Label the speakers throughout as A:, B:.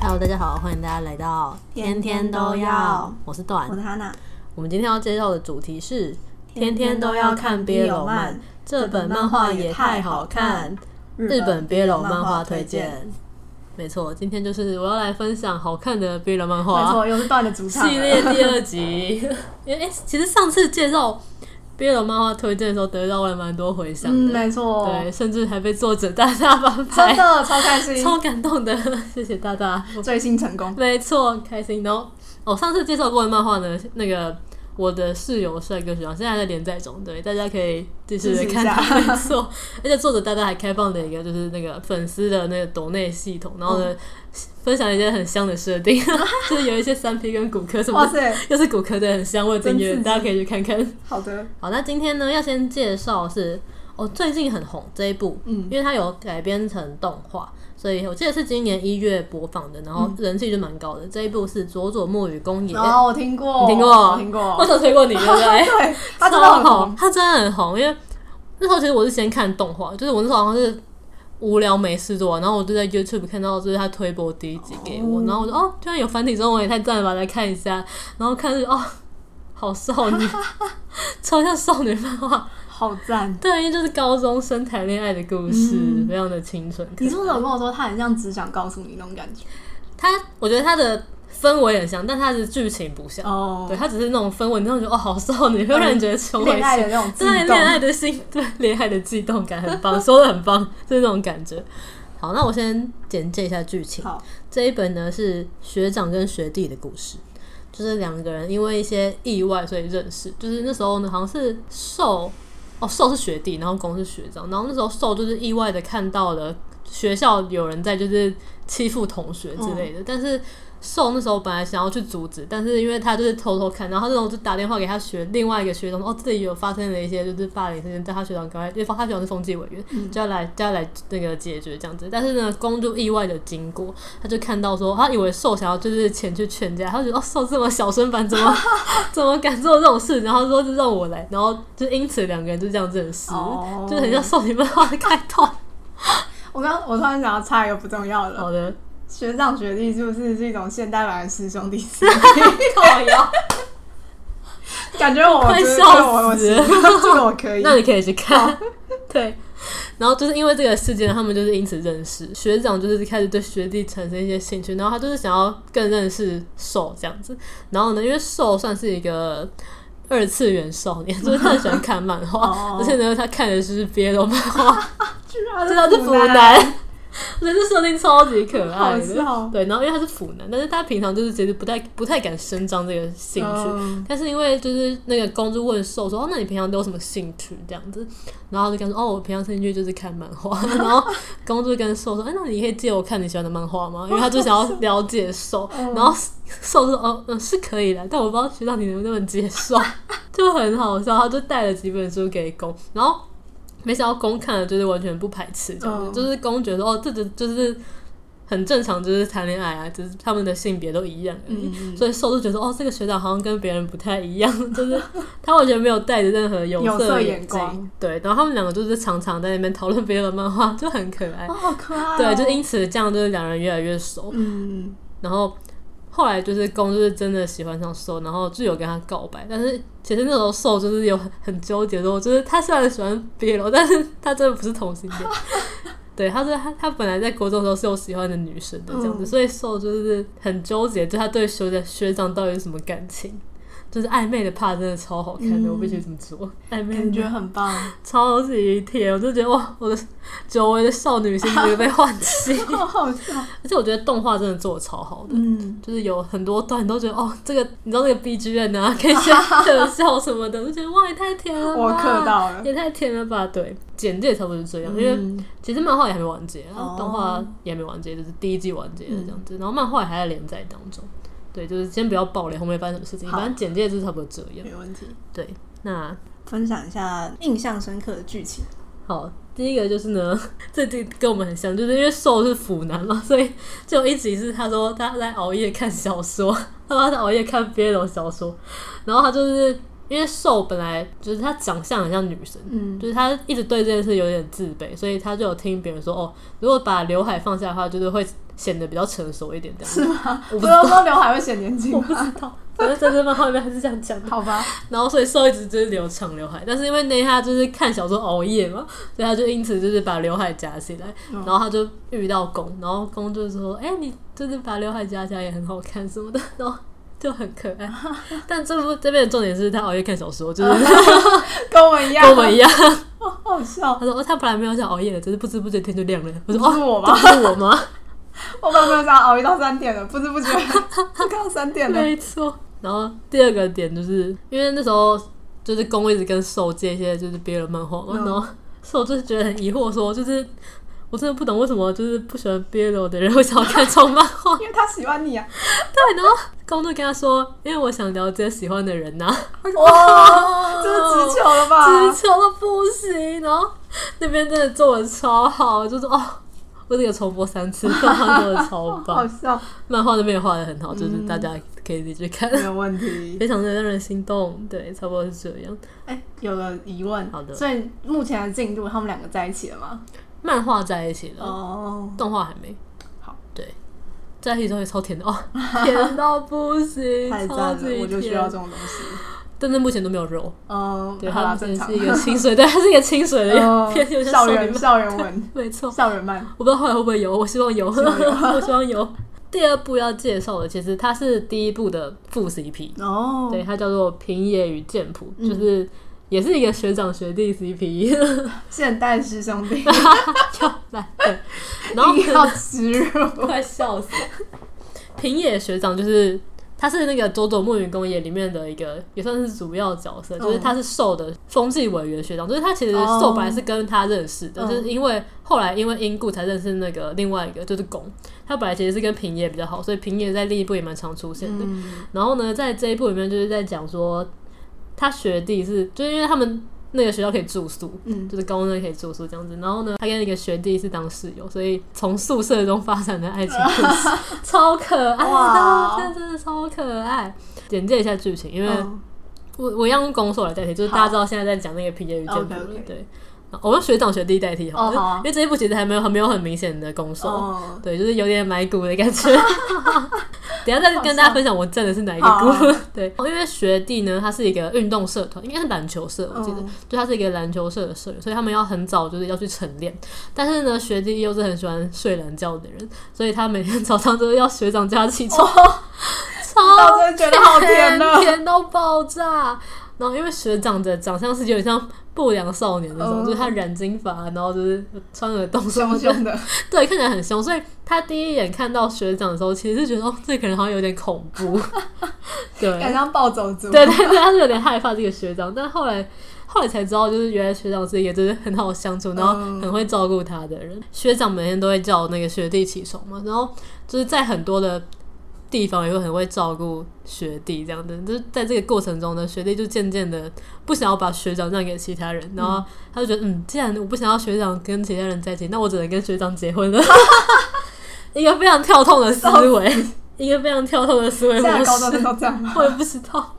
A: 大家好，欢迎大家来到
B: 天天都要，
A: 我是段
B: 我。是哈娜，
A: 我们今天要介绍的主题是《天
B: 天
A: 天
B: 天
A: 都
B: 都
A: 要
B: 要
A: 看
B: 看
A: 憋
B: 憋
A: 龙
B: 龙
A: 漫
B: 漫》，
A: 这本漫画也太好看。日本憋龙漫画推荐，没错，今天就是我要来分享好看的憋龙漫
B: 没
A: 画
B: 错，又是段的主唱了
A: 系列 第二集。 因为、诶其实上次介绍憋龙漫画推荐的时候，得到了蛮多回响
B: 嗯，
A: 的，
B: 没错，
A: 对，甚至还被作者大大翻
B: 真
A: 拍，
B: 的超开心，
A: 超感动的， 谢谢大大。
B: 追星成功，
A: 没错，很开心。然后我、哦、上次介绍过的漫画呢，那个我的室友帅哥学长现在还在连载中，对，大家可以继续地看
B: 支持
A: 他。
B: 一下
A: 没错，而且作者 大大还开放了一个就是那个粉丝的那个抖内系统，然后呢、分享一些很香的设定， 就是有一些三 P 跟骨科什么
B: 哇
A: 的，
B: 塞，
A: 又是骨科的很香味订阅，
B: 真刺激
A: 大家可以去看看。
B: 好的，
A: 好，那今天呢要先介绍是哦，最近很红这一部，
B: 嗯
A: 因为它有改编成动画，所以我记得是今年一月播放的，然后
B: 嗯
A: 人气就蛮高的。这一部是《佐佐木与公野》
B: 然后我听过，
A: 你听过
B: 我哦听
A: 我
B: 过，
A: 有推过你，对不 对？
B: 对，他真的
A: 超
B: 很红，
A: 它真的很红，因为那时候其实我是先看动画，就是我那时候好像是无聊没事做，然后我就在 YouTube 看到就是他推播第一集给我，
B: 哦
A: 然后我就哦，居然有繁体中文也太赞了吧，来看一下，然后看是哦，好少女， 超像少女漫画。
B: 好赞。
A: 对，啊因为就是高中生谈恋爱的故事，
B: 嗯
A: 非常的清纯可爱。
B: 你是不是有跟我说他很像只想告诉你那种感觉？
A: 它，我觉得它的氛围很像，但它的剧情不像。
B: 哦嗯
A: 对，它只是那种氛围，你会觉得哦，好少女，会让人觉得求回
B: 恋爱的
A: 心。
B: 那种悸
A: 对，恋
B: 动，
A: 爱的心，对恋爱的悸动感很棒，说的很棒，就是那种感觉。好，那我先简介一下剧情。
B: 好，
A: 这一本呢是学长跟学弟的故事，就是两个人因为一些意外所以认识。就是那时候呢，好像是受哦受是学弟，然后公是学长，然后那时候受就是意外的看到了学校有人在就是欺负同学之类的，但是。受那时候本来想要去阻止，但是因为他就是偷偷看，然后他那种就打电话给他学另外一个学长，说哦这里有发生了一些就是霸凌事件，但他学长赶快，因为他学长是风纪委员，就要来就要来那个解决这样子。但是呢，公就意外的经过，他就看到说，他以为兽想要就是前去劝架，他就觉得哦，兽这么小身板，怎么 怎么敢做这种事？然后说就让我来，然后就因此两个人就这样认识，
B: 哦
A: 就很像少女漫画的开头。
B: 我刚我突然想要插一个不重要的，
A: 好的，
B: 学长学弟是不是是一种现代版的师兄弟制？
A: 靠腰，
B: 感觉我
A: 快
B: 就是
A: 笑
B: 这个我我
A: 死
B: 行
A: 了
B: 这个我可以。
A: 那你可以去看。 对，然后就是因为这个事件，他们就是因此认识。学长就是开始对学弟产生一些兴趣，然后他就是想要更认识兽这样子。然后呢，因为兽算是一个二次元少年，就是他很喜欢看漫画，
B: 哦
A: 而且呢，他看的就是别的漫画，
B: 居然
A: 真的是腐
B: 腐
A: 男，我觉得这设定超级可爱
B: 好笑
A: 的。对，然后因为他是腐男，但是他平常就是其实不太不太敢声张这个兴趣，
B: 嗯
A: 但是因为就是那个公主问兽说：“哦，那你平常都有什么兴趣？”这样子，然后就跟他说：“哦，我平常兴趣就是看漫画。” 然后公主跟兽说：“哎，那你可以借我看你喜欢的漫画吗？”因为他就想要了解兽，
B: 嗯
A: 然后兽说：“哦，嗯，是可以的，但我不知道学长你能不能接受。” 就很好笑，他就带了几本书给公，然后没想到公看了就是完全不排斥这样子，
B: 嗯
A: 就是公觉得哦，这个就是很正常，就是谈恋爱啊，就是他们的性别都一样而已。
B: 嗯
A: 所以受就觉得哦，这个学长好像跟别人不太一样， 就是他完全没有带着任何有
B: 有色
A: 色
B: 眼
A: 眼镜
B: 光。
A: 对，然后他们两个就是常常在那边讨论别人的漫画，就很可爱。
B: 哦，好可爱哦。
A: 对，就因此这样，就是两人越来越熟。
B: 嗯，
A: 然后后来就是公就是真的喜欢上受，然后就有跟他告白，但是其实那时候受就是有很很纠结说，就是他虽然喜欢 BL，但是他真的不是同性 恋。对，他说他他本来在国中的时候是有喜欢的女生的这样子，
B: 嗯
A: 所以受就是很纠结，就他对学长学长到底是什么感情。就是暧昧的怕真的超好看的，
B: 嗯
A: 我必须这么说。暧昧
B: 感
A: 的
B: 觉很棒，
A: 超级甜，我就觉得哇，我的久违的少女心直接被唤 起。
B: 好好笑。
A: 而且我觉得动画真的做的超好的，
B: 嗯，
A: 就是有很多段都觉得哦，这个你知道那个 B G M 啊，可以加特效什么的， 我就觉得哇，也太甜了吧，
B: 嗯我磕到了。
A: 也太甜了吧。对，简介差不多是这样，因为
B: 嗯
A: 其实漫画也还没完结，然后
B: 哦嗯
A: 动画也还没完结，就是第一季完结了这样子，然后漫画也还在连载当中。对，就是先不要暴雷后面发生什么事情，
B: 好
A: 反正简介就是差不多这样。
B: 没问题。
A: 对，那
B: 分享一下印象深刻的剧情。
A: 好，第一个就是呢， 这这跟我们很像，就是因为瘦是腐男嘛，所以就有一集是他说他在熬夜看小说， 他说他在熬夜看 BL 小说，然后他就是因为瘦本来就是他长相很像女生。
B: 嗯，
A: 就是他一直对这件事有点自卑，所以他就有听别人说哦，如果把刘海放下的话，就是会显得比较成熟一点这样。
B: 是吗？
A: 我
B: 不
A: 不
B: 知
A: 知道
B: 道刘海会显年轻
A: 我
B: 吗，
A: 不知道，我在真正漫画里面还是这样讲的。
B: 好吧？
A: 然后所以瘦一直就是留长刘海，但是因为那他就是看小说熬夜嘛，所以他就因此就是把刘海夹起来，
B: 嗯
A: 然后他就遇到公，然后公就说：“哎、你就是把刘海夹起来也很好看什么的。”然后。就很可爱，但这部这边的重点是他熬夜看小说，就是
B: 跟我一样，
A: 跟我们一样。
B: 好好笑。
A: 他说：“哦，他本来没有想熬夜的，只是不知不觉天就亮了。”我说：“
B: 不是
A: 哦，
B: 我
A: 这
B: 吧
A: 不？是我吗？
B: 我本来没有想熬夜到三点了，不知 不觉都看到三点了。
A: 没错。然后第二个点就是因为那时候就是公一直跟受借一些就是别人漫画嘛，
B: 嗯
A: 然后受就是觉得很疑惑说，就是我真的不懂为什么就是不喜欢 BL 的人会想要看这种漫 画。
B: 因为他喜欢你啊！
A: 对，然后公就跟他说，因为我想了解喜欢的人啊呐、
B: 哇，这是直球了吧？
A: 直球到不行。然后那边真的作文超好，就是哦。我这个重播三次，漫画做的超
B: 好 好
A: 棒，
B: 笑，
A: 漫画那边也画的很好，就是
B: 嗯
A: 大家可以自己去看。
B: 没有问题。
A: 非常的让人心动，对，差不多是这样。
B: 哎、有了疑问，
A: 好的
B: 所以目前的进度，他们两个在一起了吗？
A: 漫画在一起了，
B: 哦，
A: 动画还没。
B: 好，
A: 对，在一起之后也超甜的哦， 甜到不行，
B: 太
A: 超
B: 赞了
A: 级，
B: 我就需
A: 甜
B: 要这种东西。
A: 但是目前都没有肉，
B: 嗯，
A: 对，
B: 好
A: 它
B: 啦，
A: 目
B: 正
A: 前
B: 常
A: 是。一个清水， 对，它是一个清水的
B: 嗯
A: 片，有点像
B: 校
A: 少女
B: 园
A: 漫，
B: 校园文，
A: 没错。
B: 校园漫，
A: 我不知道后来会不会有，我希望有， 我希望有。第二部要介绍的，其实它是第一部的副 CP，、
B: 哦，
A: 对，它叫做平野与剑谱，
B: 嗯
A: 就是也是一个学长学弟 CP。
B: 现代师兄弟，
A: 来， 对， 然后
B: 一定要植入，
A: 快笑死！平野学长就是他是那个《佐佐木云公演》里面的一个也算是主要角色，就是
B: 嗯
A: 他是受的风纪委员学长，就是他其实
B: 哦
A: 受本来是跟他认识的，
B: 嗯
A: 就是因为后来因为因故才认识那个另外一个就是巩，他本来其实是跟平野比较好，所以平野在另一部也蛮常出现的。
B: 嗯，
A: 然后呢，在这一部里面就是在讲说他学弟是，就是因为他们那个学校可以住宿，
B: 嗯
A: 就是高中生可以住宿这样子。然后呢，他跟一个学弟是当室友，所以从宿舍中发展的爱情故事，超可爱的
B: 哇，
A: 真的真的超可爱。简介一下剧情，因为
B: 嗯
A: 我我要用攻守来代替，就是
B: 好
A: 大家知道现在在讲那个皮耶与剑谱了
B: OK，OK
A: 对。我用学长学弟代替好了，
B: 哦好啊
A: 因为这一部其实还没有很没有很明显的攻守，
B: 哦，
A: 对，就是有点买股的感觉。等一下再跟大家分享我站的是哪一个
B: 好
A: 股
B: 好。
A: 对，哦因为学弟呢，他是一个运动社团，应该是篮球社，我记得，
B: 嗯
A: 就他是一个篮球社的社员，所以他们要很早就是要去晨练。但是呢，学弟又是很喜欢睡懒觉的人，所以他每天早上都要学长叫他起床，
B: 到
A: 超
B: 真的觉得好甜啊呢，
A: 甜到爆炸。然后因为学长的长相是有点像不良少年那种，
B: 嗯
A: 就是他染金发，然后就是穿耳洞什么
B: 凶
A: 的，
B: 凶的，
A: 对，看起来很凶，所以他第一眼看到学长的时候，其实是觉得哦，这个人好像有点恐怖， 对，
B: 感觉像暴走族，
A: 对对对，他是有点害怕这个学长，但后来后来才知道，就是原来学长是一个就是很好相处，然后
B: 嗯
A: 很会照顾他的人。学长每天都会叫那个学弟起床嘛，然后就是在很多的地方也会很会照顾学弟这样子。就是在这个过程中呢，学弟就渐渐的不想要把学长让给其他人，然后他就觉得，嗯，既然我不想要学长跟其他人在一起，那我只能跟学长结婚 了。一个非常跳痛的思维，一个非常跳痛的思维
B: 现
A: 模式。
B: 在高中生都这样 吗？
A: 我也不知道。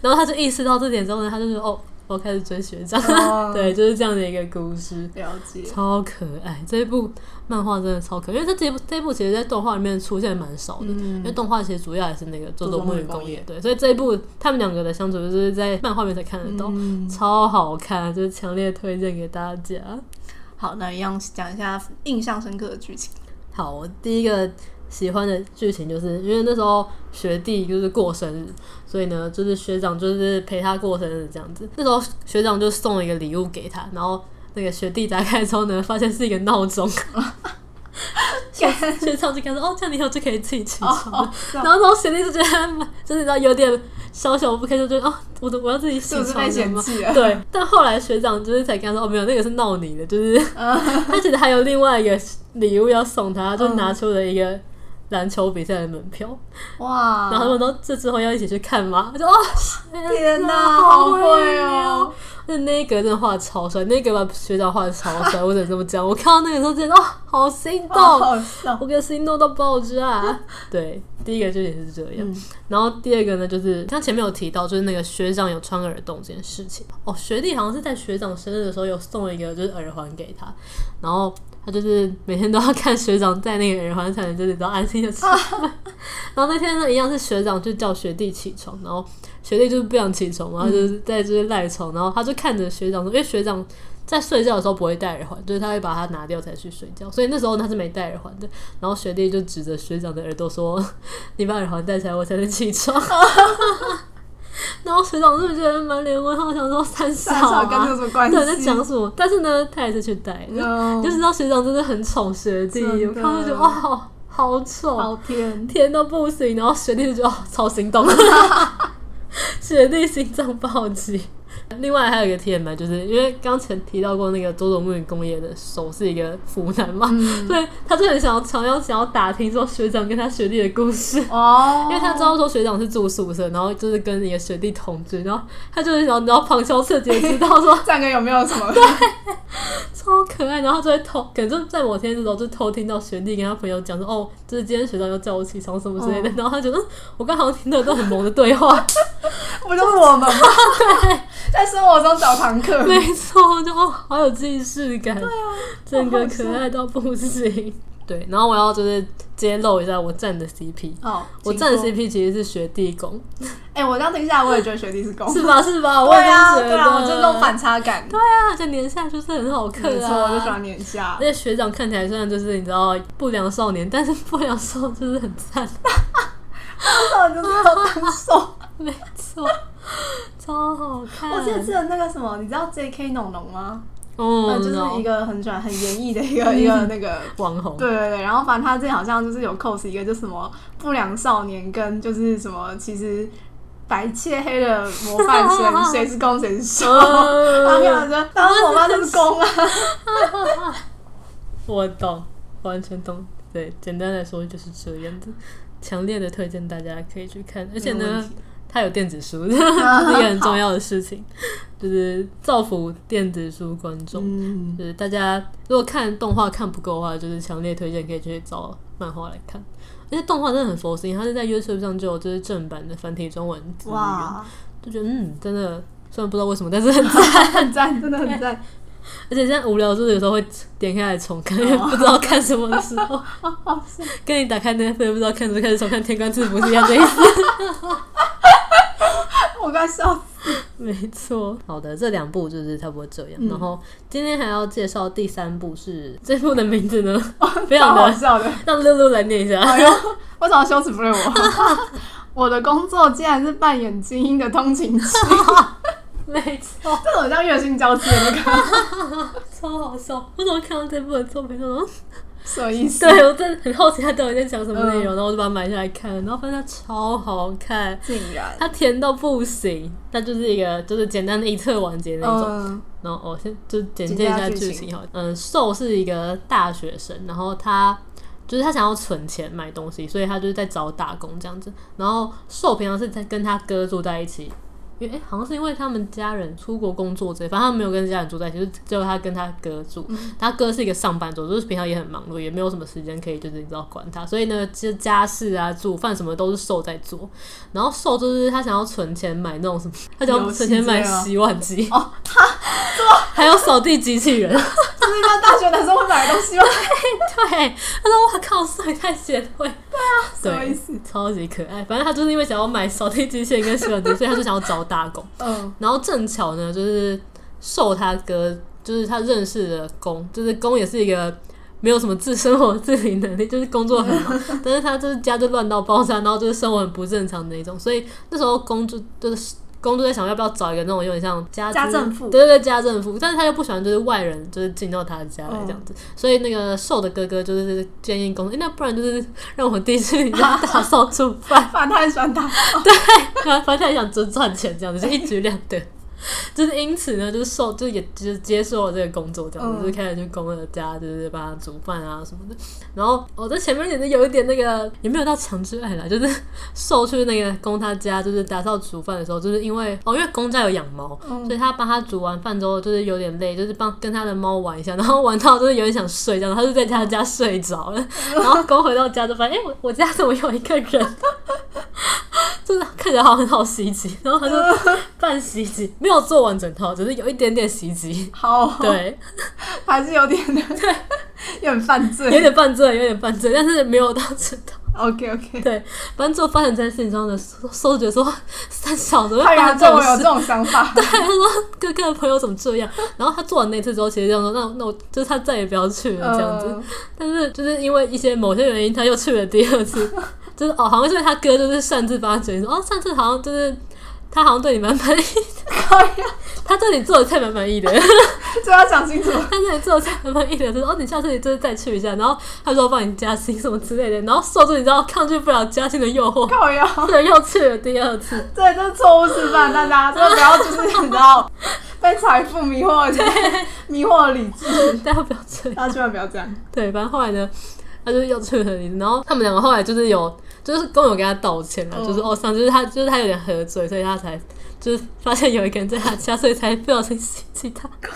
A: 然后他就意识到这点之后呢，他就说：“哦，我开始追学长。
B: 哦
A: 对，就是这样的一个故事，
B: 了解，
A: 超可爱。这一部漫画真的超可爱，因为这这一部这一部其实，在动画里面出现蛮少的。因为
B: 嗯，
A: 动画其实主要还是那个《佐佐木与
B: 佐佐木与
A: 公
B: 公
A: 也
B: 也》，
A: 对，所以这一部他们两个的相处就是在漫画里面才看得到，
B: 嗯
A: 超好看，就是强烈推荐给大家。
B: 好，那一样讲一下印象深刻的剧情。
A: 好，我第一个喜欢的剧情就是因为那时候学弟就是过生日，所以呢，就是学长就是陪他过生日这样子。那时候学长就送了一个礼物给他，然后那个学弟打开之后呢，发现是一个闹钟。 学学长就跟他说：“哦，这样你以后就可以自己起床。
B: 哦，这
A: 然
B: 样
A: 后那时候学弟就觉得，哦就是你知道有点小小不开心，就觉得哦，我的我要自己起
B: 是不是
A: 床
B: 被
A: 了
B: 嫌
A: 吗？
B: 弃 了？
A: 对，但后来学长就是才跟他说，哦，没有，那个是闹你的，就是他其实还有另外一个礼物要送他，就拿出了一个篮球比赛的门票，
B: 哇，
A: 然后他们说这之后要一起去看吗？我就哦，
B: 天
A: 哪
B: 哪，好
A: 好
B: 会
A: 无聊
B: 哦！
A: 而那那一格真的画得超帅，那一格把学长画的超帅，我只能这么讲。我看到那个时候真的哦，好心动，
B: 好好笑。
A: 我给心动到爆炸。 对，第一个就也是这样。
B: 嗯
A: 然后第二个呢，就是像前面有提到，就是那个学长有穿耳洞这件事情。哦，学弟好像是在学长生日的时候有送了一个就是耳环给他，然后他就是每天都要看学长戴那个耳环才能就是比较安心的吃饭。 然后那天呢，一样是学长就叫学弟起床，然后学弟就是不想起床
B: 嗯
A: 嘛，然后就是在这边赖床，然后他就看着学长说，因为学长。在睡觉的时候不会戴耳环，就是他会把它拿掉才去睡觉，所以那时候他是没戴耳环的。然后学弟就指着学长的耳朵说：“ 你把耳环戴起来，我才能起床。” 然后学长是不是觉得满脸问号，想说三小
B: 三少
A: 啊，
B: 跟这有什么关系？哦
A: 对，在讲什么？但是呢，他还是去戴了，
B: No
A: 你就知道学长真的很宠学弟，
B: 真的
A: 我看到就觉得哦，好
B: 好
A: 丑，
B: 甜，
A: 甜到不行。然后学弟就觉得哦，超心 动，学弟心脏暴击。另外还有一个 T M 就是因为刚才提到过那个佐佐木与工业的手是一个腐男嘛，
B: 嗯，
A: 所以他就很想要想要想要打听说学长跟他学弟的故事。
B: 哦，
A: 因为他知道说学长是住宿舍，然后就是跟你的学弟同居，然后他就是想，你知道旁敲侧击地知道说
B: 战哥有没有什么？
A: 超可爱，然后他就会偷，可能就在某天的时候就偷听到学弟跟他朋友讲说，哦，就是今天学长又叫我起床什么之类的，
B: 哦
A: 然后他觉得嗯我刚好像听到一段很萌的对 话，
B: 不就是我们 吗？在生活中找堂课，
A: 没错，就哦好有既视感，对啊，整个
B: 好好笑
A: 可爱到不行。对，然后我要就是揭露一下我站的 CP，
B: 哦，
A: 我
B: 站
A: 站的 CP 其实是学弟攻，
B: 哎、我这样听下来，我也觉得学弟是公。
A: 是吧？是吧？我
B: 对
A: 也这样
B: 啊，
A: 觉得，
B: 对啊，我就那种反差感。
A: 对
B: 对，
A: 啊，这年下就是很好看
B: 没错，
A: 啊，
B: 我就喜欢年 下
A: 那。学长看起来虽然就是你知道不良少年，但是不良少就是很赞，
B: 那种就是要当受。
A: 没错，超好看。
B: 我记得之前那个什么，你知道 J.K. 农农吗？
A: 哦，
B: 嗯，
A: 我
B: 就是一
A: 知道
B: 个很喜欢很演绎的一 个一个那个。
A: 网红，
B: 对对对，然后反正他之前好像就是有 cos 一个，就什么不良少年跟就是什么，其实白切黑的模范生，谁是公谁是 受。然后
A: 嗯，
B: 我说，当时我妈就是 公啊。
A: 我懂，完全懂。对，简单来说就是这样子，强烈的推荐大家可以去看，而且
B: 没有问
A: 呢
B: 题，
A: 它有电子书，这是一个很重要的事 情，就是造福电子书观众。
B: 嗯，
A: 就是大家如果看动画看不够的话，就是强烈推荐可以去找漫画来看。而且动画真的很佛心，它是在 YouTube 上就有就是正版的繁体中文资源，
B: 哇，
A: 就觉得嗯，真的虽然不知道为什么，但是很
B: 嗯
A: 赞。
B: 很赞，真的很赞，
A: 而且现在无聊就是有时候会点开来重看，因为不知道看什么的时 候，跟你打开 Netflix 不知道看什么开始重看《天官赐福》是一样的意思。
B: 我快笑死。
A: 没错，好的，这两部就是差不多这样。
B: 嗯
A: 然后今天还要介绍第三部 是这部的名字呢， 非
B: 超
A: 常
B: 好
A: 的
B: 笑的。
A: 让露露来念一下。
B: 哎呦，为什么羞耻不对我？ 我的工作竟然是扮演精英的通勤器，
A: 没错，
B: 这种像月薪交接的那个，
A: 超好笑。我怎么看到这部的作品，然后
B: 什么意思？
A: 对我真的很好奇他到底在讲什么内容，然后我就把它买下来看，然后发现它超好看，
B: 竟然，
A: 它甜到不行。它就是一个就是简单的一册完结那种。
B: 嗯，
A: 然后我、哦先就简介一下剧
B: 简介一下剧
A: 情哈。嗯，寿是一个大学生，然后他就是他想要存钱买东西，所以他就是在找打工这样子。然后寿平常是在跟他哥住在一起，因为、诶好像是因为他们家人出国工作之类，反正他没有跟家人住在一起，就是只有他跟他哥住。
B: 嗯
A: 他哥是一个上班族，就是平常也很忙碌，也没有什么时间可以就是你知道管他，所以呢，其实家事啊、煮饭什么都是寿在做。然后寿就是他想要存钱买那种什么，他想要存钱买
B: 游戏机啊
A: 洗碗机 哦，还有扫地机器人。
B: 这是一般大学男生会买的东西吗？
A: 对，他说我靠，帅太贤惠，
B: 什
A: 对
B: 么意思？
A: 超级可爱。反正他就是因为想要买扫地机器人跟洗碗机，所以他就想要找打工。
B: 嗯，
A: 然后正巧呢，就是受他哥，就是他认识的公，就是公也是一个没有什么自 生活自理能力，就是工作很忙，但是他就是家就乱到爆炸，然后就是生活很不正常的那种。所以那时候公就就是。公就在想要不要找一个那种有点像家
B: 家
A: 资
B: 政妇
A: 对对对，家政妇，但是他又不喜欢就是外人就是进到他的家来这
B: 哦
A: 样子，所以那个瘦的哥哥就是建议公，诶那不然就是让我弟去 你家打扫煮饭，
B: 反正他很喜欢打，
A: 然后反正他也想只赚钱这样子，就一举两得。 就是因此呢，就是受就也就是接受了这个工作，这样子、
B: 嗯
A: 就是开始去工人家，就是帮他煮饭啊什么的。然后我在前面也是有一点那个，也没有到强制爱啦， 就是受去那个公他家，就是打扫煮饭的时候，就是因为哦，因为公家有养猫，所以他帮他煮完饭之后，就是有点累，就是帮跟他的猫玩一下， 然后玩到就是有点想睡，这样他就在他家睡着了。然后公回到家就发现，哎、我我家怎么有一个人？就是看起来好像很好袭 击，然后他就半袭击，没有做完整套，只是有一点点袭击。
B: 好，，
A: 对，
B: 还是有点的，有点犯
A: 有
B: 罪。
A: 点犯罪，有点犯罪，但是没有到整套。
B: OK OK，
A: 对，反正做发展这件事情中的搜搜觉得说，三小怎么
B: 他
A: 会
B: 原
A: 发生这
B: 来对
A: 种
B: 我有
A: 事
B: 这？种想法，
A: 他说哥哥的朋友怎么这样？然后他做完那次之后，其实这样说，那那我就是他再也不要去了这样子。
B: 嗯
A: 但是就是因为一些某些原因，他又去了第二次， 就是哦，好像是他哥就是擅自帮他决定说，哦，上次好像就是他好像对你蛮满意，
B: 靠呀，
A: 他对你做的菜蛮满意的，
B: 这要讲清楚。
A: 他对你做的菜蛮满意的，就是哦，你下次你就是再去一下，然后他说帮你加薪什么之类的，然后受住你知道抗拒不了加薪的诱惑，
B: 靠呀，
A: 对，又去了第二次。
B: 对，这是错误示范，大家真的不要就是你知道被财富迷惑，迷惑了理智，
A: 大家不要这样。
B: 大家千万不要这样。
A: 对，反正后来呢，他就是又去了你，然后他们两个后来就是有，就是工友跟他道歉了，
B: 嗯
A: 就是哦，上就是他就是他有点喝醉，所以他才就是发现有一个人在他家，所以才不小心袭击他。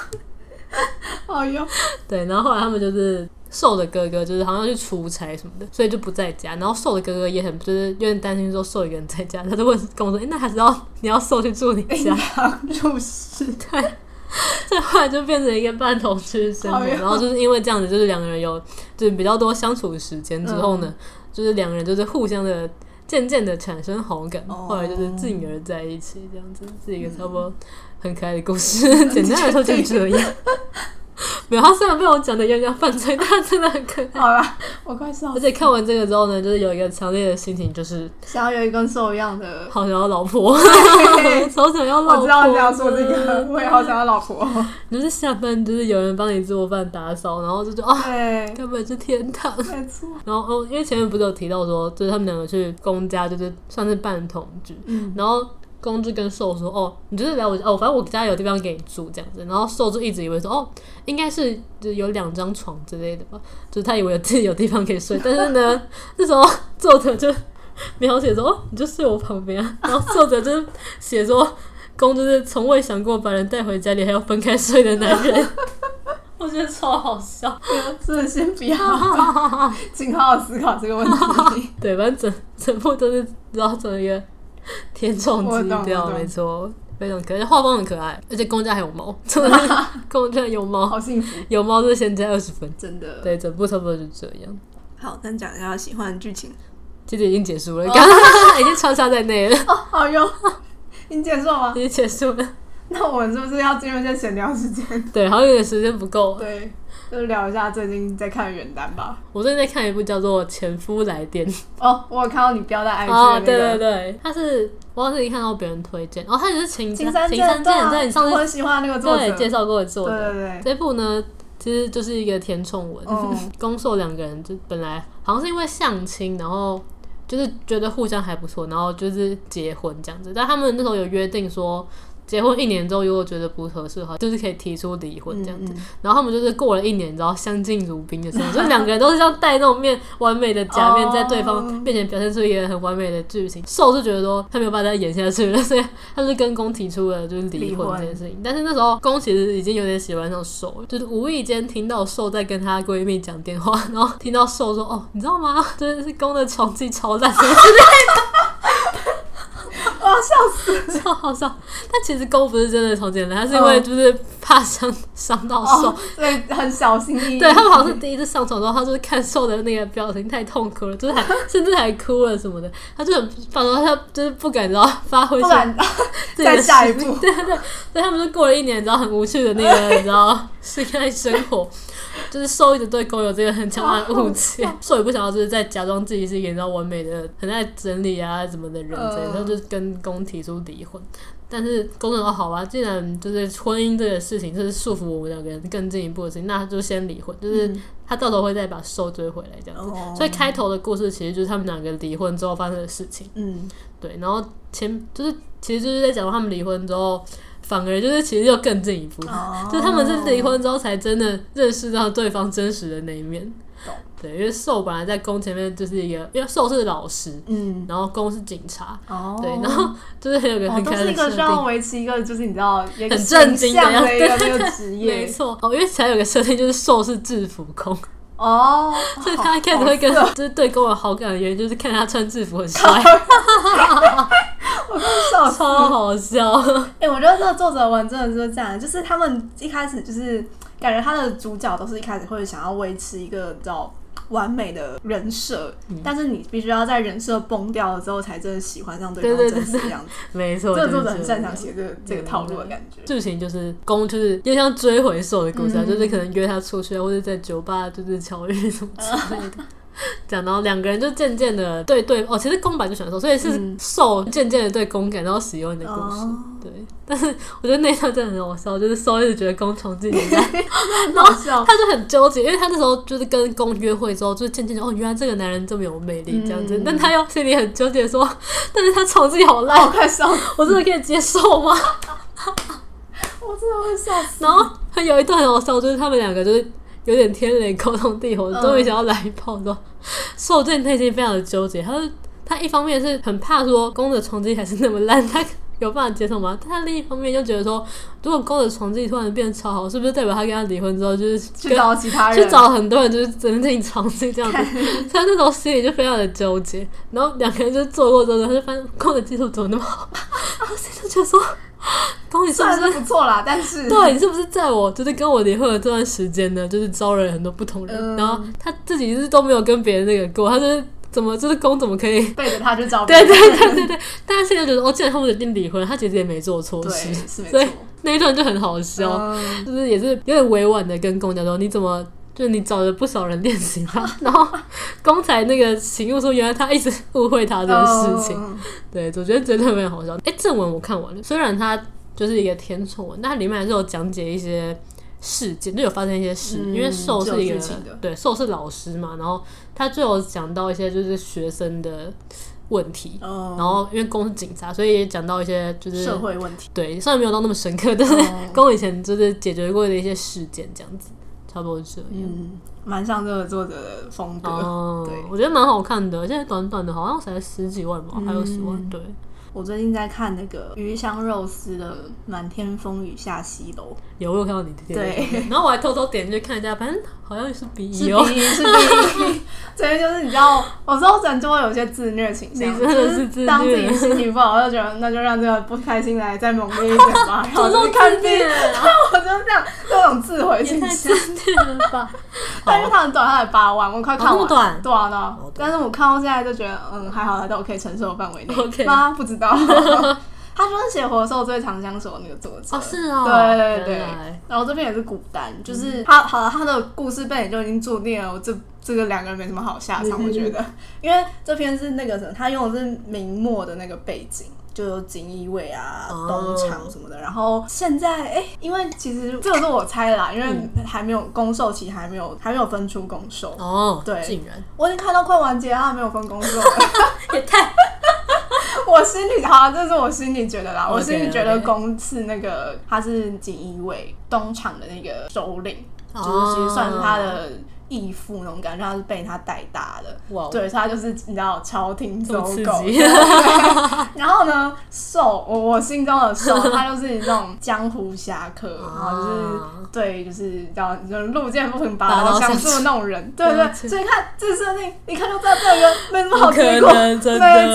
B: 哎呦，
A: 对，然后后来他们就是。瘦的哥哥就是好像去出差什么的，所以就不在家。然后瘦的哥哥也很就是有点担心说瘦一个人在家，他就问跟我说：“哎、那还是要你要瘦去住你家
B: 阴阳入室，？”
A: 所以 后来就变成一个半同居生活。
B: 哎呦
A: 然后就是因为这样子，就是两个人有就是比较多相处的时间之后呢，
B: 嗯
A: 就是两个人就是互相的渐渐的产生好感，
B: 哦
A: 后来就是进而在一起，这样子是一个差不多很可爱的故事。
B: 嗯
A: 简单来说就是这样。 没有，他虽然被我讲的有点像犯罪，但他真的很可爱。
B: 好啦，我快笑
A: 而
B: 死，
A: 且看完这个之后呢，就是有一个强烈的心情，就是
B: 想要有一根兽一样的。
A: 好想要老婆，
B: 嘿
A: 好想要老婆。
B: 我知道你要说这个， 我也好想要老婆。
A: 你就是下班就是有人帮你做饭打扫，然后就觉得哦，
B: 对，
A: 根本是天堂。
B: 没错。
A: 然后哦，因为前面不是有提到说，就是他们两个去公家，就是算是半同居。
B: 嗯，
A: 然后公就跟寿说：“哦，你就是来我家哦，反正我家有地方给你住这样子。”然后寿就一直以为说：“哦，应该是就是有两张床之类的吧。”就是他以为有自己有地方可以睡，但是呢，那时候作者就描写说：“哦，你就睡我旁边、啊。”然后作者就写说：“公就是从未想过把人带回家里还要分开睡的男人。” 我觉得超好笑。
B: 真的先不要，请好好思考这个问题。
A: 对，反正整整部都是绕成一个 甜宠
B: 我
A: 基
B: 懂
A: 调，
B: 我懂
A: 没错，非常可爱，画风很可爱，而且公家还有猫，真的是 公家有猫，
B: 好幸福，
A: 有猫就是先加二十分。
B: 真的。
A: 对，整部差不多就这样，
B: 好，但讲一下喜欢的剧情。
A: 其实已经结束了，刚刚 已经穿插在内了，
B: 哦，好用。你结束了吗？
A: 已经结束了。
B: 那我们是不是要进入一些闲聊时间？
A: 对，好像有点时间不够。
B: 对，就是聊一下最近在看的原单吧。
A: 我最近在看一部叫做《前夫来电》
B: 哦，我有看到你标在 IG 的
A: 哦
B: 那，个
A: 对对对，他是我忘记看到别人推荐，哦，他也是情
B: 青
A: 山
B: 山
A: 情山
B: 对
A: 剑，
B: 啊
A: 对，你上
B: 我
A: 次
B: 很喜欢那个作者，
A: 对介绍过的作
B: 对
A: 者，
B: 对对，
A: 这部呢，其实就是一个甜宠文，
B: 嗯
A: 攻受两个人就本来好像是因为相亲，然后就是觉得互相还不错，然后就是结婚这样子。但他们那时候有约定说，结婚一年之后如果觉得不合适的话，就是可以提出离婚这样子。
B: 嗯嗯
A: 然后他们就是过了一年，然后相敬如宾的生活，就是两个人都是要戴那种面完美的假面，
B: 哦
A: 在对方面前表现出一个很完美的剧情。受就觉得说他没有办法再演啊下去了，所以他就跟公提出了就是离婚
B: 离婚
A: 这件事情。但是那时候公其实已经有点喜欢上受了，就是无意间听到受在跟她闺蜜讲电话，然后听到受说：“哦，你知道吗？真的是公的成绩超烂，什么之
B: 哇，哦笑死！
A: 类的，超好笑。”但其实公不是真的成绩烂，他是因为就是怕伤伤到受
B: 哦，，所以很小心翼翼。
A: 对他们好像是第一次上床的时候，他就是看瘦的那个表情太痛苦了，就是还 甚至还哭了什么的，他就很反正他就是不敢然后发挥
B: 不
A: 出
B: 然
A: 自己的
B: 再下一
A: 实力
B: 步
A: 对对对，所以他们就过了一年，你知道很无趣的那个，你知道 性爱生活，就是受一直对狗有这个很强的误
B: 哦
A: 解，受也不想要就是在假装自己是一个你知道完美的、很爱整理啊什么的人之类的，
B: 嗯
A: 他就跟公提出离婚。但是公主说好吧，既然就是婚姻这个事情就是束缚我们两个人更进一步的事情，那就先离婚，就是
B: 嗯
A: 他到时候会再把受追回来这样子。
B: 哦
A: 所以开头的故事其实就是他们两个离婚之后发生的事情。
B: 嗯，
A: 对，然后前就是其实就是在讲他们离婚之后反而就是其实又更进一步，
B: 哦
A: 嗯就他们是离婚之后才真的认识到对方真实的那一面
B: 懂。
A: 对，因为寿本来在宫前面就是一个，因为寿是老师，
B: 嗯，
A: 然后宫是警察，
B: 哦，
A: 对，然后就是很有个
B: 哦，
A: 很
B: 都
A: 可爱
B: 是
A: 的
B: 一个
A: 设
B: 需
A: 定
B: 要。维持一个就是你知道很
A: 很正经的样子
B: 的一个那 个职
A: 没
B: 业
A: 错，哦，因为才有个设定就是兽是制服控，
B: 哦，
A: 所以他一开始会跟就是对跟我有好感的原因就是看他穿制 服很帅，
B: 我真的笑死
A: 超好笑。
B: 哎、我觉得这个作者文真的就是这样，就是他们一开始就是感觉他的主角都是一开始会想要维持一个比较完美的人设，
A: 嗯
B: 但是你必须要在人设崩掉了之后，才真的喜欢上对
A: 对
B: 方
A: 对
B: 真实的样子。
A: 没错，
B: 这个
A: 就
B: 作
A: 是
B: 者很
A: 这
B: 擅
A: 样
B: 长写这个这个套路的感觉。
A: 剧情就是公就是又像追回兽的故事啊，
B: 嗯
A: 就是可能约他出去啊，或者在酒吧就是巧遇什么之类的。
B: 嗯
A: 讲到两个人就渐渐的对对哦，其实公版就喜欢兽，所以是
B: 嗯
A: 兽渐渐的对公感到喜欢的故事。
B: 哦
A: 对， 但是我觉得那一段真的很好笑，就是兽一直觉得公宠自 己在
B: 很好 笑，
A: 他就很纠结，因为他那时候就是跟公约会之后，就是渐渐就哦，原来这个男人这么有魅力这样子，
B: 嗯
A: 但他又心里很纠结说， 但是他床自己好烂，
B: 我哦快笑死，
A: 我真的可以接受吗？
B: 我真的会笑死。
A: 然后还有一段很好笑，就是他们两个就是有点天雷沟通地火，
B: 嗯
A: 终于想要来一炮之后，受罪内心非常的纠结，他就他一方面是很怕说公的床技还是那么烂，他。有办法接受吗？但他另一方面又觉得说，如果公的床技突然变超好，是不是代表他跟他离婚之后就是
B: 去
A: 跟
B: 找其他人，
A: 去找很多人就是增进场景这样子，所以那时候心里就非常的纠结。然后两个人就做过之后，他就发现公的技术怎么那么好，然后心里就觉得说，公你是
B: 虽
A: 不
B: 然
A: 是
B: 是不错啦，但是
A: 对你是不是在我就是跟我离婚的这段时间呢，就是招惹了很多不同人，
B: 嗯
A: 然后他自己就是都没有跟别人那个过，他就是怎么就是公怎么可以？
B: 背着他去找别
A: 对对
B: 人，
A: 对对对，但是现在觉得哦，既然他们决定离婚，他其实也没做错
B: 对
A: 事，
B: 是没
A: 所以
B: 错。
A: 那一段就很好笑。
B: 嗯
A: 就是也是有点委婉的跟公讲说，你怎么就是你找了不少人练习他， 然后公才那个醒悟说，原来他一直误会他这件事情。
B: 嗯
A: 对，我觉得真的非常好笑。哎、正文我看完了，虽然它就是一个甜宠文，但它里面还是有讲解一些事件，就有发生一些事。
B: 嗯
A: 因为受是一
B: 是有
A: 个
B: 剧情的
A: 对受是老师嘛，然后他最后讲到一些就是学生的问题。
B: 嗯
A: 然后，因为公是警察，所以也讲到一些就是
B: 社会问题，
A: 对，虽然没有到那么深刻，但是
B: 哦
A: 跟我以前就是解决过的一些事件这样子，差不多是这样。
B: 嗯，蛮像这个作者的风格。
A: 哦
B: 嗯对，
A: 我觉得蛮好看的，现在短短的，好像才十几万吧，还有十
B: 嗯
A: 万。对，
B: 我最近在看那个鱼香肉丝的《满天风雨下西楼
A: 有我有看到你的电影
B: 对，
A: 然后我还偷偷点进去看一下，反正好像是》，比
B: 是
A: 一哦，
B: 第一，是第一。 所以就是你知道，有时候人就会有一些自虐倾向，
A: 你
B: 就
A: 真的是自
B: 是
A: 虐
B: 当自己心情不好，就觉得那就让这个不开心来再猛烈一点 吧，然后
A: 我
B: 就
A: 都
B: 去看
A: 看
B: 电
A: 见
B: 影。
A: 了，
B: 我就是这样，这种自毁
A: 也
B: 倾
A: 太
B: 向。
A: 真的了吧？
B: 但是它很短，它才八万，我快看完。
A: 哦那么短
B: 对啊，对啊
A: 哦对
B: 但是我看到现在就觉得，嗯，还好，还在我可以承受的范围内。
A: OK
B: 妈不 知道。他就是写《活兽最长相守》那个作者。
A: 哦，是哦，
B: 对对对
A: 原来，
B: 然后这边也是古丹，就是他好了，他的故事背景就已经注定了我这这个两个人没什么好下场，
A: 嗯
B: 我觉得，因为这篇是那个什么，他用的是明末的那个背景。就有锦衣卫啊、
A: 哦
B: 东厂什么的，然后现在哎、因为其实这个是我猜的啦，因为还没有公售期，还没有还没有分出公售，
A: 嗯哦，
B: 对
A: 竟然
B: 我已经看到快完结了，他还没有分 公售，
A: 也太
B: 我心里好、啊，这是我心里觉得啦。
A: OK，
B: 我心里觉得
A: OK
B: 公是那个他是锦衣卫东厂的那个首领，
A: 哦
B: 就是其实算是他的义父那种感觉，他是被他带大的。
A: 哇哦，
B: 对，所以他就是你知道朝廷
A: 这
B: 走
A: 么刺
B: 狗。
A: 激，
B: 然后呢，兽，我我心中 的兽，他就是那种江湖侠客，然后就是
A: 啊
B: 对，就是叫就是路见不平
A: 拔
B: 拔
A: 刀相
B: 刀相
A: 助
B: 助的那种人，对对
A: 了解
B: 对。所以你看这设定，你看就知道这个没什么好
A: 不可
B: 结果，
A: 能啊真的
B: 没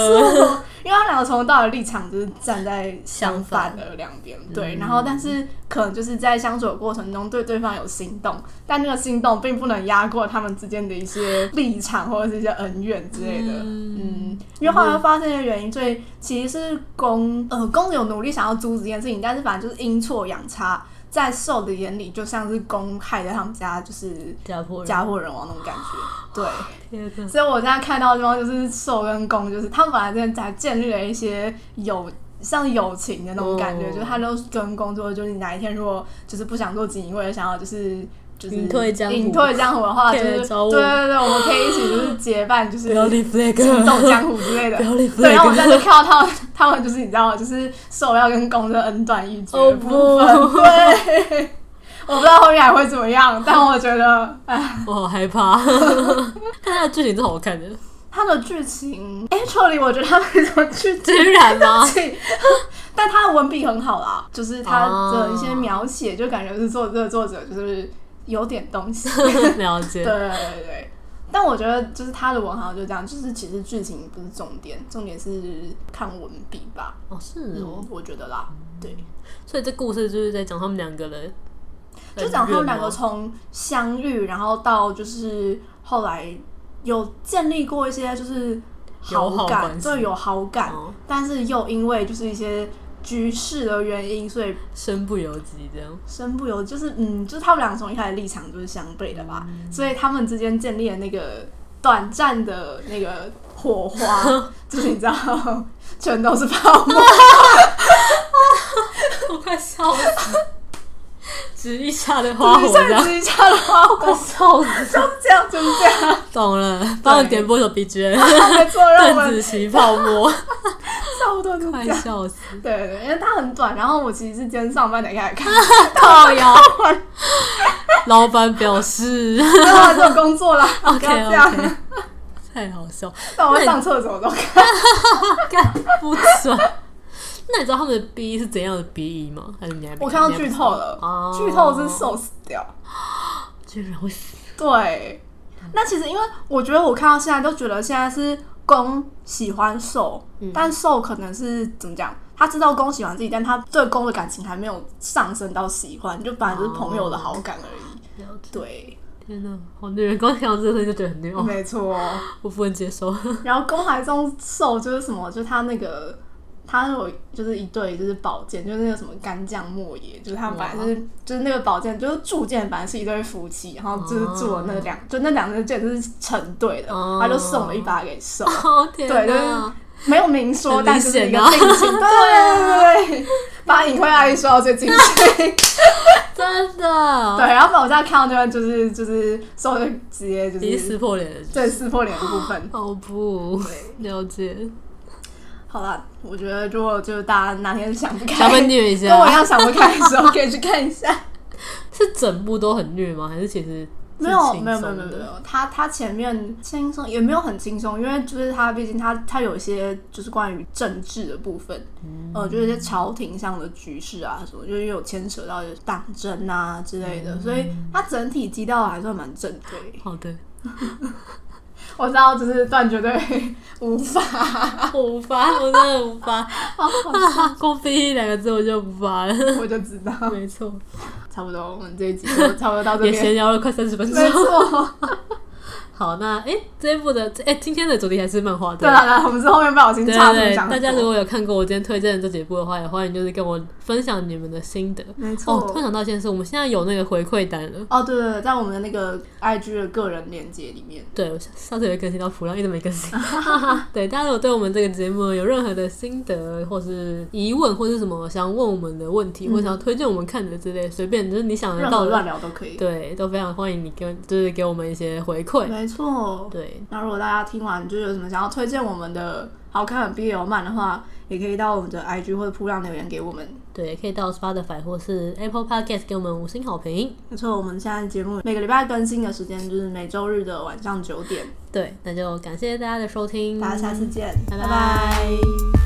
B: 错。因为他两个从头到尾立场就是站在相反的两边，
A: 嗯
B: 对。然后，但是可能就是在相处的过程中对对方有心动，但那个心动并不能压过他们之间的一些立场或者是一些恩怨之类的。
A: 嗯
B: 嗯，因为后来发现的原因，所以其实是公呃公有努力想要阻止这件事情，但是反正就是阴错阳差，在受的眼里就像是公害在他们家就是
A: 家破人
B: 家破人亡那种感觉。对，
A: 天啊哪
B: 所以我现在看到的地方就是受跟公，就是他们本来真的在建立了一些友。像友情的那种感觉
A: 哦
B: 就是他都跟工作，就是你哪一天如果就是不想做锦衣卫，想要就是就是
A: 隐退江湖
B: 隐退江湖的话，就是
A: 可以来
B: 对对
A: 找我
B: 对，我们可以一起就是结伴，就是
A: 不要立 flag，
B: 行走江湖之类的
A: 不。要立 flag，
B: 对，然后我在这看到他们 他们就是你知道吗？就是受要跟公的恩断义绝
A: 哦
B: 的部分。
A: 不
B: 对， 我不知道后面还会怎么样，但我觉得，哎，
A: 我好害怕。 看他的剧情是好看的，
B: 他的剧情，actually 我觉得他没什么剧情。
A: 竟然吗？
B: 但他的文笔很好啦，就是他的
A: 哦
B: 一些描写，就感觉是作这个作者就是有点东 西。
A: 了
B: 对
A: 解。
B: 对对对。但我觉得就是他的文好像就这样，就是其实剧情不是重点，重点是看文笔吧，
A: 哦，是哦
B: 我，我觉得啦，对，
A: 所以这故事就是在讲他们两个人，
B: 就讲他们两
A: 很热闹
B: 个从相遇，然后到就是后来有建立过一些就是
A: 友好
B: 感，
A: 关系
B: 对，有好感，
A: 哦
B: 但是又因为就是一些局势的原因，所以
A: 身不由己这样。
B: 身不由，就是嗯，就是他们两个从一开始立场就是相悖的吧，
A: 嗯
B: 所以他们之间建立了那个短暂的那个 火花，就是你知道，全都是泡沫。
A: 我快笑死，只一下的花
B: 就
A: 火这
B: 是像
A: 样，
B: 指甲的花
A: 快
B: 火，
A: 笑死。
B: 就这样，就是这样，
A: 懂了，帮我点播一首 BGM，
B: 没错， 让
A: 邓
B: 我们
A: 紫棋泡 沫，
B: 差不多就这
A: 快
B: 样。
A: 笑死，
B: 对啊对对，因为它很短，然后我其实是今天上班才开始看，
A: 靠腰。老板表示
B: 然后就有工作 啦，不
A: ，OK
B: 要这样，
A: OK，太好笑，
B: 但我会上厕所都看。
A: 干不准。那你知道他们的 B 是怎样的 B E 吗？还是你还没
B: 我看到
A: 你还
B: 剧
A: 不知道
B: 透了，
A: 哦
B: 剧透真受死掉。
A: 居然会死，
B: 对，那其实因为我觉得我看到现在都觉得现在是公喜欢受，
A: 嗯
B: 但受可能是怎么讲？他知道公喜欢自己，但他对公的感情还没有上升到喜欢，就本来就是朋友的好感而已。
A: 哦
B: 对，
A: 天哪，好虐人！光想到这个就觉得很虐哦，
B: 没错。
A: 我不能接受。
B: 然后公海中受就是什么？就是他那个。他有就是一对就是宝剑，就是那个什么干将莫邪，就是他们本来就是就是那个宝剑，就是铸剑本来是一对夫妻，然后就是铸了那两、就那两支剑就是成对的，
A: 哦
B: 他就送了一把给受，
A: 哦天
B: 对就是
A: 哪，
B: 没有明说，
A: 很明
B: 但就是一个
A: 显啊
B: 定情，对对对 对对，把他隐晦阿姨说到最近，对，
A: 真的，
B: 然后我现在看到这边就是就是受就直接就
A: 已经
B: 是
A: 撕破脸了。
B: 对撕破脸的部分，
A: 哦不，
B: 对，
A: 了 解，
B: 好啦，我觉得如果就是大家哪天想不
A: 想被
B: 开。
A: 虐一
B: 跟我一
A: 下，
B: 样想不开的时 候，可以去看一下。
A: 是整部都很虐吗？还是其实是
B: 没有，
A: 轻
B: 没有，没有，
A: 松
B: 没有，没
A: 的
B: 有。他他前面轻松也没有很轻松，因为就是他毕竟他他有一些就是关于政治的部分，
A: 嗯
B: 呃，就是一些朝廷上的局势啊什么，就是有牵扯到党争啊之类
A: 嗯
B: 的，所以他整体基调还算蛮正规。
A: 好 的，
B: 我知道，就是断绝对 无法，
A: 啊我无法，我真的无 法，
B: 好好 笑
A: 光逼两个字我就无法 了。
B: 我就知道，
A: 没错，
B: 差不多，我们这一集就 差不多到这
A: 也
B: 边，
A: 闲聊了快三十分钟
B: 没。错。
A: 好，那哎、诶这一部的哎、今天的主题还是漫画
B: 对了，啦，我们是后面不小心
A: 对啊
B: 差
A: 对
B: 点
A: 对，
B: 讲错，
A: 大家如果有看过我今天推荐的这几部的话，也欢迎就是跟我分享你们的心得。
B: 没错。
A: 哦，突然想到一件事，我们现在有那个回馈单了。
B: 哦，对对对，在我们的那个 IG 的个人链接里面，
A: 对，我上上次有更新到普浪，一直没更新。 对，大家如果对我们这个节目有任何的心得，或是疑问，或是什么想问我们的问题，或想要推荐我们看的之类，随便就是你想得
B: 任
A: 嗯到
B: 何
A: 的
B: 乱聊都可以。
A: 对，都非常欢迎你给我，就是给我们一些回馈。
B: 没错。
A: 对，
B: 那如果大家听完就有什么想要推荐我们的好看的 BL 漫的话，也可以到我们的 IG 或者铺浪留言给我们。
A: 对，也可以到 Spotify 或是 Apple Podcast 给我们五星好评。
B: 没错，我们现在节目每个礼拜更新的时间就是每周日的晚上九点。
A: 对，那就感谢大家的收听，
B: 大家下次见，
A: 嗯拜
B: 拜拜